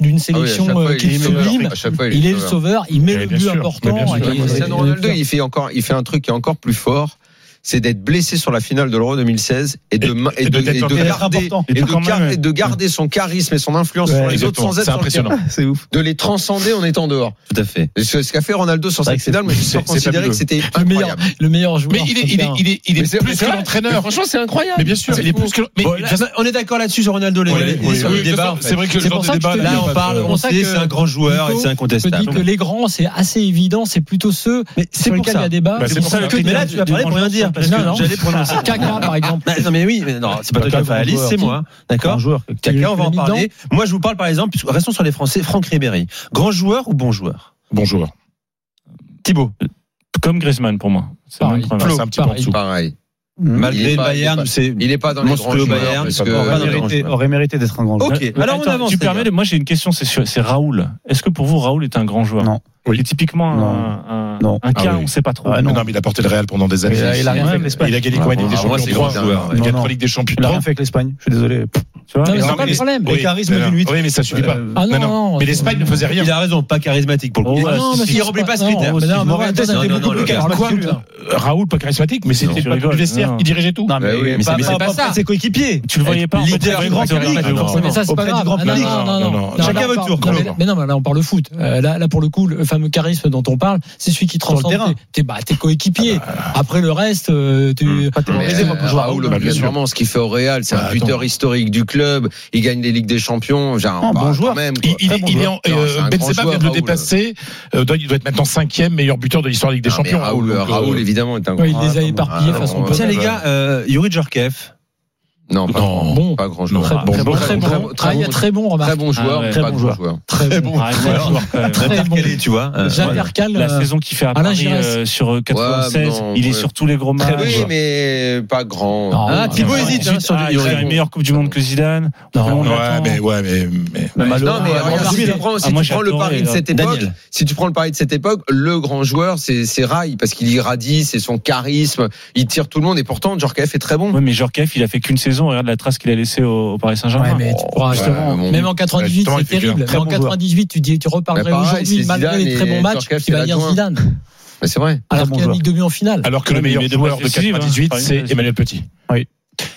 [SPEAKER 5] d'une
[SPEAKER 7] Ah oui, à
[SPEAKER 5] sélection
[SPEAKER 7] chaque fois,
[SPEAKER 5] euh,
[SPEAKER 7] il est
[SPEAKER 5] qu'il
[SPEAKER 7] sauveur.
[SPEAKER 5] sublime.
[SPEAKER 7] À chaque fois,
[SPEAKER 5] Il est le sauveur, il met le
[SPEAKER 6] Mais bien
[SPEAKER 5] but
[SPEAKER 6] sûr, mais bien
[SPEAKER 5] important.
[SPEAKER 6] sûr.
[SPEAKER 5] et- et-
[SPEAKER 7] Cristiano
[SPEAKER 5] et-
[SPEAKER 7] Ronaldo, il fait encore, il fait un truc qui est encore plus fort. C'est d'être blessé sur la finale de l'Euro 2016 et de,
[SPEAKER 6] Et-
[SPEAKER 7] ma- et
[SPEAKER 6] et
[SPEAKER 7] de,
[SPEAKER 6] d'être
[SPEAKER 7] et de
[SPEAKER 6] important.
[SPEAKER 7] garder, et
[SPEAKER 6] Et
[SPEAKER 7] de
[SPEAKER 6] quand
[SPEAKER 7] gar-
[SPEAKER 6] même,
[SPEAKER 7] et de garder son charisme et son influence
[SPEAKER 9] Ouais,
[SPEAKER 7] sur les
[SPEAKER 6] Exactement.
[SPEAKER 7] autres sans être
[SPEAKER 6] C'est
[SPEAKER 7] sur le terrain.
[SPEAKER 6] impressionnant.
[SPEAKER 9] C'est ouf.
[SPEAKER 7] De les transcender en étant dehors.
[SPEAKER 3] Tout à fait.
[SPEAKER 7] Et Ce, ce qu'a fait Ronaldo sur
[SPEAKER 9] vrai
[SPEAKER 7] cette
[SPEAKER 9] que c'est-
[SPEAKER 7] finale, moi, je suis
[SPEAKER 6] c'est- c'est
[SPEAKER 7] considéré
[SPEAKER 6] fabuleux.
[SPEAKER 7] que c'était
[SPEAKER 5] Le meilleur,
[SPEAKER 7] incroyable.
[SPEAKER 5] le meilleur joueur.
[SPEAKER 6] Mais il est,
[SPEAKER 5] sur
[SPEAKER 6] il est,
[SPEAKER 5] terrain.
[SPEAKER 6] il est, il
[SPEAKER 7] Mais
[SPEAKER 6] est
[SPEAKER 7] c'est- mais
[SPEAKER 6] plus
[SPEAKER 7] c'est
[SPEAKER 6] que
[SPEAKER 7] vrai. Mais
[SPEAKER 6] l'entraîneur.
[SPEAKER 7] Franchement, c'est incroyable.
[SPEAKER 6] Mais bien sûr, il est plus que. Mais
[SPEAKER 3] Bon,
[SPEAKER 6] de
[SPEAKER 3] là,
[SPEAKER 6] toute façon,
[SPEAKER 3] on est d'accord là-dessus sur Ronaldo. là,
[SPEAKER 6] Ouais,
[SPEAKER 3] on est- on est
[SPEAKER 6] oui,
[SPEAKER 3] sur
[SPEAKER 6] oui,
[SPEAKER 3] le
[SPEAKER 6] de toute
[SPEAKER 3] débat.
[SPEAKER 6] façon, c'est vrai que le
[SPEAKER 3] C'est
[SPEAKER 6] genre
[SPEAKER 3] pour
[SPEAKER 6] de
[SPEAKER 3] ça que
[SPEAKER 6] débat,
[SPEAKER 3] je te-
[SPEAKER 6] il est
[SPEAKER 3] Là,
[SPEAKER 6] pas
[SPEAKER 3] on parle,
[SPEAKER 6] de-
[SPEAKER 3] on sait, c'est un grand joueur et c'est
[SPEAKER 5] Je dis que
[SPEAKER 3] incontestable.
[SPEAKER 5] les grands, c'est assez évident, c'est plutôt ceux
[SPEAKER 3] Mais c'est
[SPEAKER 5] sur
[SPEAKER 3] pour
[SPEAKER 5] lesquels il y
[SPEAKER 3] ça.
[SPEAKER 5] a débat.
[SPEAKER 6] Bah, c'est pour ça le
[SPEAKER 3] Mais là, tu vas parler pour rien dire. Parce que
[SPEAKER 5] Non, non.
[SPEAKER 3] j'allais prononcer.
[SPEAKER 5] Kaka, par exemple.
[SPEAKER 3] Bah, non mais oui, mais non, c'est pas toi
[SPEAKER 9] Bah,
[SPEAKER 3] qui as
[SPEAKER 9] quel
[SPEAKER 3] fait
[SPEAKER 9] grand
[SPEAKER 3] Alice,
[SPEAKER 9] joueur,
[SPEAKER 3] c'est
[SPEAKER 9] qui-
[SPEAKER 3] moi. hein.
[SPEAKER 9] Un
[SPEAKER 3] D'accord.
[SPEAKER 9] joueur.
[SPEAKER 3] Caca, on va en
[SPEAKER 5] mis
[SPEAKER 3] parler. Moi, je vous parle par exemple. puisque- Restons sur les Français. Franck Ribéry, grand joueur ou bon joueur
[SPEAKER 6] Bonjour.
[SPEAKER 3] Thibaut,
[SPEAKER 4] Comme Griezmann pour moi. C'est
[SPEAKER 5] Pareil.
[SPEAKER 4] même
[SPEAKER 6] C'est un petit peu en
[SPEAKER 5] Pareil.
[SPEAKER 6] dessous.
[SPEAKER 7] Pareil. Il
[SPEAKER 3] malgré
[SPEAKER 7] est
[SPEAKER 3] le
[SPEAKER 7] pas-
[SPEAKER 3] Bayern, c'est
[SPEAKER 7] Il est pas dans les grands
[SPEAKER 3] monstrueux
[SPEAKER 7] joueurs,
[SPEAKER 3] Bayern.
[SPEAKER 7] parce que-
[SPEAKER 3] Aurait
[SPEAKER 9] Aurait mérité, aurait mérité d'être un grand joueur.
[SPEAKER 3] Ok. Alors on
[SPEAKER 4] Attends,
[SPEAKER 3] avance.
[SPEAKER 4] Tu
[SPEAKER 3] les
[SPEAKER 4] me permets
[SPEAKER 3] gars.
[SPEAKER 4] de- Moi, j'ai une question. C'est sur- c'est Raoul. Est-ce que pour vous, Raoul est un grand joueur
[SPEAKER 9] Non.
[SPEAKER 4] Il est typiquement un-
[SPEAKER 9] Non.
[SPEAKER 4] un,
[SPEAKER 9] Non.
[SPEAKER 4] un cas,
[SPEAKER 6] Ah oui.
[SPEAKER 4] on ne sait pas trop.
[SPEAKER 9] Ah,
[SPEAKER 6] non. mais il a porté le Real pendant des années.
[SPEAKER 9] Il a- il a rien fait avec l'Espagne.
[SPEAKER 6] Il a gagné combien de Ligue des
[SPEAKER 3] Ah, moi, c'est
[SPEAKER 6] Champions
[SPEAKER 3] le grand
[SPEAKER 6] Trois.
[SPEAKER 3] joueur, ouais.
[SPEAKER 6] Il a
[SPEAKER 9] Non, non.
[SPEAKER 6] trois Ligues des Champions.
[SPEAKER 9] Il a rien
[SPEAKER 6] Trois.
[SPEAKER 9] fait avec l'Espagne. Je suis désolé.
[SPEAKER 4] Tu vois
[SPEAKER 5] Non, mais
[SPEAKER 6] Non,
[SPEAKER 5] c'est pas
[SPEAKER 6] mais
[SPEAKER 5] le
[SPEAKER 6] les-
[SPEAKER 5] problème.
[SPEAKER 9] Le charisme
[SPEAKER 6] mais
[SPEAKER 9] d'une
[SPEAKER 6] non.
[SPEAKER 9] huit.
[SPEAKER 6] Oui, mais ça suffit pas.
[SPEAKER 9] Euh,
[SPEAKER 5] Ah non,
[SPEAKER 6] Non,
[SPEAKER 5] non,
[SPEAKER 6] non. Mais l'Espagne ne faisait rien.
[SPEAKER 3] Il a raison, pas charismatique pour le
[SPEAKER 4] Oh,
[SPEAKER 3] coup.
[SPEAKER 4] ouais,
[SPEAKER 5] non, mais
[SPEAKER 3] Il
[SPEAKER 5] c'est
[SPEAKER 3] remplit
[SPEAKER 5] pas-
[SPEAKER 3] pas ce
[SPEAKER 5] non,
[SPEAKER 3] critère.
[SPEAKER 5] mais non, mais
[SPEAKER 3] Excuse-moi,
[SPEAKER 5] en même temps, ça
[SPEAKER 3] non,
[SPEAKER 5] a été
[SPEAKER 3] non,
[SPEAKER 5] beaucoup
[SPEAKER 3] non,
[SPEAKER 5] plus
[SPEAKER 3] le gars.
[SPEAKER 5] calme.
[SPEAKER 6] Quoi Raoul, pas charismatique, mais c'était
[SPEAKER 4] Non.
[SPEAKER 6] le du vestiaire.
[SPEAKER 4] Non.
[SPEAKER 6] Il dirigeait tout.
[SPEAKER 9] Non, mais,
[SPEAKER 7] Bah oui,
[SPEAKER 9] mais,
[SPEAKER 7] mais
[SPEAKER 9] c'est-
[SPEAKER 7] pas-
[SPEAKER 9] mais c'est
[SPEAKER 7] pas-
[SPEAKER 9] pas,
[SPEAKER 7] pas
[SPEAKER 9] ça.
[SPEAKER 7] ça.
[SPEAKER 9] ses coéquipiers.
[SPEAKER 4] Tu le voyais pas. en fait,
[SPEAKER 3] Leader
[SPEAKER 4] tu le
[SPEAKER 3] du
[SPEAKER 4] voyais
[SPEAKER 3] grand
[SPEAKER 4] pas,
[SPEAKER 3] public.
[SPEAKER 4] tu le voyais
[SPEAKER 6] Non, non,
[SPEAKER 4] pas.
[SPEAKER 5] Mais ça, c'est pas
[SPEAKER 9] Auprès du
[SPEAKER 5] grave.
[SPEAKER 9] grand
[SPEAKER 5] Ah, non,
[SPEAKER 9] public.
[SPEAKER 5] non, non,
[SPEAKER 6] Non,
[SPEAKER 5] non.
[SPEAKER 6] non,
[SPEAKER 5] Non,
[SPEAKER 3] chacun
[SPEAKER 5] là, on
[SPEAKER 3] votre
[SPEAKER 5] parle-
[SPEAKER 3] tour,
[SPEAKER 5] non,
[SPEAKER 3] Claude.
[SPEAKER 5] mais, mais non, mais là, on parle de foot. Euh, là, là, pour le coup, le fameux charisme dont on parle, c'est celui qui
[SPEAKER 9] le
[SPEAKER 5] transcende
[SPEAKER 9] terrain.
[SPEAKER 5] tes- tes, bah, tes coéquipiers. Après le reste, euh, tu.
[SPEAKER 9] Pas tes
[SPEAKER 7] Mais,
[SPEAKER 9] mauvais élèves,
[SPEAKER 7] euh,
[SPEAKER 9] pour jouer à Raoul.
[SPEAKER 7] Raoul,
[SPEAKER 6] bah, bien sûr.
[SPEAKER 7] obligatoirement, ce qu'il fait au Real, c'est
[SPEAKER 6] Bah,
[SPEAKER 7] un
[SPEAKER 6] attends.
[SPEAKER 7] buteur historique du club. Il gagne les Ligues des Champions. Genre,
[SPEAKER 9] Ah,
[SPEAKER 7] bah,
[SPEAKER 9] bon
[SPEAKER 7] quand
[SPEAKER 9] joueur.
[SPEAKER 7] Même,
[SPEAKER 6] Il,
[SPEAKER 7] quoi.
[SPEAKER 6] il-
[SPEAKER 7] Très bon
[SPEAKER 6] il est
[SPEAKER 7] joueur.
[SPEAKER 6] en,
[SPEAKER 7] Non, c'est
[SPEAKER 6] euh,
[SPEAKER 7] un grand
[SPEAKER 6] Benzema
[SPEAKER 7] joueur,
[SPEAKER 6] vient de le
[SPEAKER 7] Raoul.
[SPEAKER 6] dépasser. Euh, doit- il doit être maintenant cinquième meilleur buteur de l'histoire de Ligue des
[SPEAKER 7] Non, mais
[SPEAKER 6] Champions.
[SPEAKER 7] Raoul,
[SPEAKER 6] donc, euh,
[SPEAKER 7] Raoul, évidemment, est un grand
[SPEAKER 5] Ouais, il les a
[SPEAKER 9] Ah,
[SPEAKER 5] éparpillés
[SPEAKER 7] ah,
[SPEAKER 5] façon
[SPEAKER 7] non,
[SPEAKER 5] peu.
[SPEAKER 7] ouais.
[SPEAKER 3] Tiens les gars, euh, Yuri Djorkaeff.
[SPEAKER 7] Non, pas,
[SPEAKER 6] Non.
[SPEAKER 5] Bon.
[SPEAKER 7] pas grand joueur.
[SPEAKER 6] Non. Bon,
[SPEAKER 5] très bon,
[SPEAKER 6] bon,
[SPEAKER 5] très
[SPEAKER 6] bon,
[SPEAKER 5] bon. Ah, il y a très bon,
[SPEAKER 7] Très
[SPEAKER 5] remarque.
[SPEAKER 7] bon joueur,
[SPEAKER 4] ouais,
[SPEAKER 7] mais
[SPEAKER 4] très
[SPEAKER 7] pas
[SPEAKER 4] bon
[SPEAKER 7] grand
[SPEAKER 4] joueur.
[SPEAKER 7] joueur.
[SPEAKER 5] Très bon.
[SPEAKER 4] Ah, ouais, alors, quand même.
[SPEAKER 5] Très bon.
[SPEAKER 3] Intercalé, tu vois. Euh, voilà.
[SPEAKER 5] J'intercale.
[SPEAKER 4] La
[SPEAKER 5] euh,
[SPEAKER 4] saison qu'il fait à
[SPEAKER 5] Alain
[SPEAKER 4] Paris
[SPEAKER 5] Giresse.
[SPEAKER 4] euh, sur euh, 96,
[SPEAKER 7] Ouais, non,
[SPEAKER 4] il est
[SPEAKER 7] ouais.
[SPEAKER 4] sur tous les gros matchs.
[SPEAKER 7] Oui, mais pas grand.
[SPEAKER 5] Non,
[SPEAKER 3] Ah,
[SPEAKER 5] non,
[SPEAKER 3] Thibaut
[SPEAKER 5] non,
[SPEAKER 3] hésite,
[SPEAKER 5] non.
[SPEAKER 3] hein, sur
[SPEAKER 4] Ah,
[SPEAKER 3] le-
[SPEAKER 4] il
[SPEAKER 3] Yuri.
[SPEAKER 4] a une meilleure Coupe du Monde que Zidane.
[SPEAKER 5] Non.
[SPEAKER 4] On
[SPEAKER 6] Ouais,
[SPEAKER 4] l'attend.
[SPEAKER 6] mais, ouais, mais, mais-
[SPEAKER 7] Non, mais
[SPEAKER 3] Ah,
[SPEAKER 7] regarde, si
[SPEAKER 3] ensuite,
[SPEAKER 7] tu prends, si
[SPEAKER 4] Ah,
[SPEAKER 7] tu
[SPEAKER 4] moi, j'ai
[SPEAKER 7] prends le
[SPEAKER 4] adoré,
[SPEAKER 7] pari de
[SPEAKER 4] là.
[SPEAKER 7] cette époque,
[SPEAKER 3] Daniel.
[SPEAKER 7] si tu prends le pari de cette époque, le grand joueur, c'est, c'est Rai, parce qu'il irradie, c'est son charisme, il tire tout le monde, et pourtant, Djorkaeff est très bon.
[SPEAKER 4] Ouais, mais Jorkef, il a fait qu'une saison. Regarde la trace qu'il a laissée au, au Paris Saint-Germain.
[SPEAKER 5] Ouais, mais tu pourras,
[SPEAKER 7] Ouais,
[SPEAKER 5] justement,
[SPEAKER 7] bon.
[SPEAKER 5] même en 98,
[SPEAKER 6] Justement,
[SPEAKER 5] c'est
[SPEAKER 6] il fait
[SPEAKER 5] terrible.
[SPEAKER 6] bien.
[SPEAKER 5] Mais en 98, tu, dis, tu reparlerais
[SPEAKER 7] Bah, pareil,
[SPEAKER 5] aujourd'hui,
[SPEAKER 7] c'est
[SPEAKER 5] malgré
[SPEAKER 7] Zidane
[SPEAKER 5] les très
[SPEAKER 7] et
[SPEAKER 5] bons matchs,
[SPEAKER 7] Djorkaeff,
[SPEAKER 5] tu vas
[SPEAKER 7] c'est
[SPEAKER 5] dire
[SPEAKER 7] l'adjoint.
[SPEAKER 5] Zidane.
[SPEAKER 7] Mais c'est vrai.
[SPEAKER 5] Alors
[SPEAKER 9] bon
[SPEAKER 5] qu'il a
[SPEAKER 9] joueur.
[SPEAKER 5] mis demi en finale.
[SPEAKER 6] Alors que
[SPEAKER 4] Ouais,
[SPEAKER 6] le
[SPEAKER 4] mais
[SPEAKER 6] meilleur
[SPEAKER 4] il met des
[SPEAKER 6] joueur de
[SPEAKER 4] passes décisives, hein.
[SPEAKER 6] 98, c'est
[SPEAKER 4] Ouais.
[SPEAKER 6] Emmanuel Petit.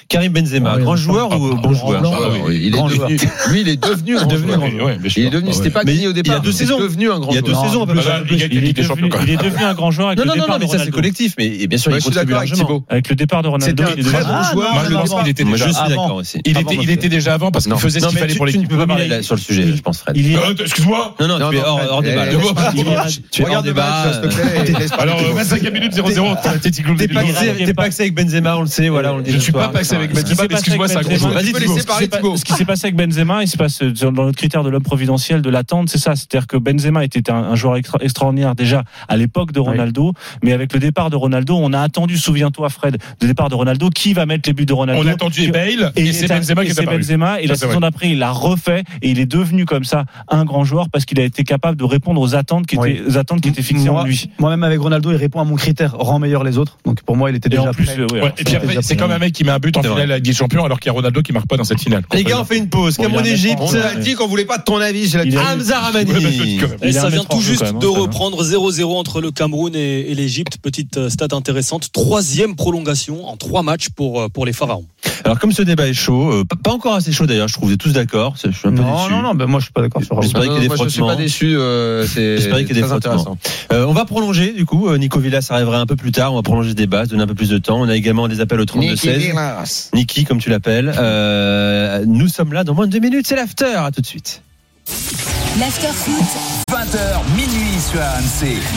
[SPEAKER 3] Karim Benzema,
[SPEAKER 5] Ouais,
[SPEAKER 3] grand
[SPEAKER 5] ouais.
[SPEAKER 3] joueur
[SPEAKER 6] Ah,
[SPEAKER 3] ou
[SPEAKER 6] ah,
[SPEAKER 3] bon joueur
[SPEAKER 6] grand
[SPEAKER 7] Ah,
[SPEAKER 6] joueur.
[SPEAKER 7] oui, il est
[SPEAKER 3] Grand
[SPEAKER 7] devenu, lui, il est devenu grand
[SPEAKER 6] Oui,
[SPEAKER 7] joueur.
[SPEAKER 6] ouais, bien sûr.
[SPEAKER 7] Il est devenu,
[SPEAKER 6] Ah,
[SPEAKER 7] c'était
[SPEAKER 6] ouais.
[SPEAKER 7] pas
[SPEAKER 3] Mais
[SPEAKER 7] gagné au
[SPEAKER 3] il y a
[SPEAKER 7] départ.
[SPEAKER 3] deux saisons.
[SPEAKER 7] Il est devenu un grand
[SPEAKER 3] Il y a deux
[SPEAKER 7] joueur.
[SPEAKER 3] saisons à peu
[SPEAKER 6] Bah,
[SPEAKER 3] près.
[SPEAKER 6] là, il gagne la Ligue des Champions, quand
[SPEAKER 4] il est devenu un grand joueur avec
[SPEAKER 3] Non,
[SPEAKER 4] le
[SPEAKER 3] non, non,
[SPEAKER 4] départ
[SPEAKER 3] non,
[SPEAKER 4] de
[SPEAKER 3] mais ça c'est
[SPEAKER 4] Ronaldo.
[SPEAKER 3] collectif. Mais et bien sûr,
[SPEAKER 7] Ouais,
[SPEAKER 3] il
[SPEAKER 7] je suis
[SPEAKER 3] contribue
[SPEAKER 7] d'accord avec
[SPEAKER 3] largement.
[SPEAKER 7] Thibaut.
[SPEAKER 4] Avec le départ de
[SPEAKER 7] C'était
[SPEAKER 4] Ronaldo,
[SPEAKER 7] un
[SPEAKER 4] il est devenu
[SPEAKER 7] très bon
[SPEAKER 9] Ah,
[SPEAKER 7] joueur.
[SPEAKER 9] non,
[SPEAKER 6] Moi, je
[SPEAKER 9] non,
[SPEAKER 6] pense
[SPEAKER 9] non,
[SPEAKER 6] qu'il était
[SPEAKER 3] Moi, je
[SPEAKER 6] déjà
[SPEAKER 3] suis d'accord
[SPEAKER 9] avant.
[SPEAKER 3] aussi.
[SPEAKER 6] Il
[SPEAKER 3] Avant
[SPEAKER 6] était, il
[SPEAKER 3] que-
[SPEAKER 6] était déjà avant parce qu'il
[SPEAKER 7] Non.
[SPEAKER 6] faisait ce
[SPEAKER 3] Non,
[SPEAKER 6] qu'il
[SPEAKER 3] mais
[SPEAKER 6] fallait
[SPEAKER 3] tu,
[SPEAKER 6] pour
[SPEAKER 3] tu ne
[SPEAKER 6] l'équipe.
[SPEAKER 3] peux pas
[SPEAKER 4] Oui, mais
[SPEAKER 3] parler
[SPEAKER 4] là,
[SPEAKER 3] là, sur le sujet, je pense, Fred.
[SPEAKER 4] Il est-
[SPEAKER 6] Euh, Excuse-moi.
[SPEAKER 3] Non, non,
[SPEAKER 7] Non,
[SPEAKER 3] tu es
[SPEAKER 7] non,
[SPEAKER 3] hors,
[SPEAKER 7] Fred,
[SPEAKER 3] hors débat.
[SPEAKER 7] eh,
[SPEAKER 3] là.
[SPEAKER 7] laisse
[SPEAKER 6] pas-
[SPEAKER 3] Tu es- tu es hors
[SPEAKER 7] Regarde le
[SPEAKER 3] débat.
[SPEAKER 7] match, s'il te
[SPEAKER 3] euh,
[SPEAKER 7] plaît, et laisse parler
[SPEAKER 6] Alors,
[SPEAKER 7] tout le
[SPEAKER 6] euh,
[SPEAKER 7] monde.
[SPEAKER 6] 25 minutes 0-0, Atletico
[SPEAKER 3] T'es
[SPEAKER 6] de Bilbao.
[SPEAKER 3] paxé-
[SPEAKER 4] Bilbao.
[SPEAKER 3] T'es paxé avec Benzema, on le sait. Voilà, on le dit
[SPEAKER 6] Je
[SPEAKER 3] ce
[SPEAKER 6] suis
[SPEAKER 3] soir.
[SPEAKER 6] pas paxé avec
[SPEAKER 4] Ce qui
[SPEAKER 6] Benzema,
[SPEAKER 4] s'est
[SPEAKER 6] mais
[SPEAKER 4] passé
[SPEAKER 6] excuse-moi, c'est un
[SPEAKER 4] avec
[SPEAKER 6] gros
[SPEAKER 4] Benzema,
[SPEAKER 6] joueur.
[SPEAKER 7] Vas-y,
[SPEAKER 4] tu peux
[SPEAKER 7] Thibaut.
[SPEAKER 4] laisser parler
[SPEAKER 7] C'est pas-
[SPEAKER 4] Thibaut. Ce qui s'est passé avec Benzema, il se passe euh, dans notre critère de l'homme providentiel, de l'attente, c'est ça. C'est-à-dire que Benzema était un, un joueur extra- extraordinaire déjà à l'époque de Ronaldo, mais avec le départ de Ronaldo, on a attendu, souviens-toi Fred, le départ de Ronaldo, qui va mettre les buts de Ronaldo
[SPEAKER 6] On a attendu
[SPEAKER 4] Qui-
[SPEAKER 6] Bale
[SPEAKER 4] et
[SPEAKER 6] et
[SPEAKER 4] il
[SPEAKER 6] c'est
[SPEAKER 4] est à-
[SPEAKER 6] Benzema
[SPEAKER 4] et
[SPEAKER 6] qui est
[SPEAKER 4] c'est
[SPEAKER 6] apparu.
[SPEAKER 4] Benzema et la
[SPEAKER 6] Ça, c'est
[SPEAKER 4] saison d'après il l'a refait et il est devenu comme ça un grand joueur parce qu'il a été capable de répondre aux attentes qui
[SPEAKER 9] Oui.
[SPEAKER 4] étaient, aux attentes qui étaient fixées en
[SPEAKER 9] Moi-
[SPEAKER 4] lui.
[SPEAKER 9] Moi-même avec Ronaldo, il répond à mon critère rend meilleur les autres. Donc pour moi, il était
[SPEAKER 4] Et
[SPEAKER 9] déjà
[SPEAKER 4] en plus,
[SPEAKER 9] prêt.
[SPEAKER 4] euh, ouais,
[SPEAKER 6] Ouais,
[SPEAKER 4] alors,
[SPEAKER 6] et puis
[SPEAKER 4] ça,
[SPEAKER 6] après,
[SPEAKER 4] déjà
[SPEAKER 6] c'est
[SPEAKER 4] pris.
[SPEAKER 6] quand même un mec qui met un but en
[SPEAKER 3] C'est
[SPEAKER 6] finale à
[SPEAKER 3] vrai.
[SPEAKER 6] la Ligue des Champions, alors qu'il y a Ronaldo qui marque pas dans cette finale.
[SPEAKER 3] Les gars, on fait une pause.
[SPEAKER 4] Bon, il y a un
[SPEAKER 3] Cameroun-Égypte.
[SPEAKER 4] effort,
[SPEAKER 7] On a dit qu'on voulait pas de ton avis, j'ai la
[SPEAKER 4] Il a-
[SPEAKER 3] Hamza
[SPEAKER 6] Ouais, bah, c'est
[SPEAKER 3] Ramani.
[SPEAKER 6] quand même.
[SPEAKER 4] Il
[SPEAKER 2] Et
[SPEAKER 4] a
[SPEAKER 2] ça
[SPEAKER 4] un
[SPEAKER 2] vient
[SPEAKER 4] mètre en
[SPEAKER 2] tout
[SPEAKER 4] jeu,
[SPEAKER 2] juste
[SPEAKER 4] quand même,
[SPEAKER 2] de
[SPEAKER 4] hein, ça va.
[SPEAKER 2] reprendre 0-0 entre le Cameroun et, et l'Égypte. Petite euh, stat intéressante. Troisième prolongation en trois matchs pour, euh, pour les Pharaons.
[SPEAKER 3] Alors, comme ce débat est chaud, euh, pas- pas encore assez chaud d'ailleurs, je trouve, vous êtes tous d'accord. Je suis un peu
[SPEAKER 9] Non,
[SPEAKER 3] déçu.
[SPEAKER 9] non, non, ben moi je suis pas d'accord sur Raoul.
[SPEAKER 3] J'espère qu'il y a des
[SPEAKER 7] moi, je suis
[SPEAKER 3] frottements.
[SPEAKER 7] pas déçu, euh, c'est
[SPEAKER 3] J'espère qu'il y a des
[SPEAKER 7] très
[SPEAKER 3] frottements.
[SPEAKER 7] intéressant.
[SPEAKER 3] Euh, on va prolonger, du coup. euh, Nico Villas arrivera un peu plus tard. On va prolonger ce débat, se donner un peu plus de temps. On a également des appels au 32-16.
[SPEAKER 7] Villas.
[SPEAKER 3] Niki, comme tu l'appelles. Euh, nous sommes là dans moins de deux minutes. C'est l'after. À tout de suite.
[SPEAKER 1] L'after foot.
[SPEAKER 8] 20h, minuit sur AMC.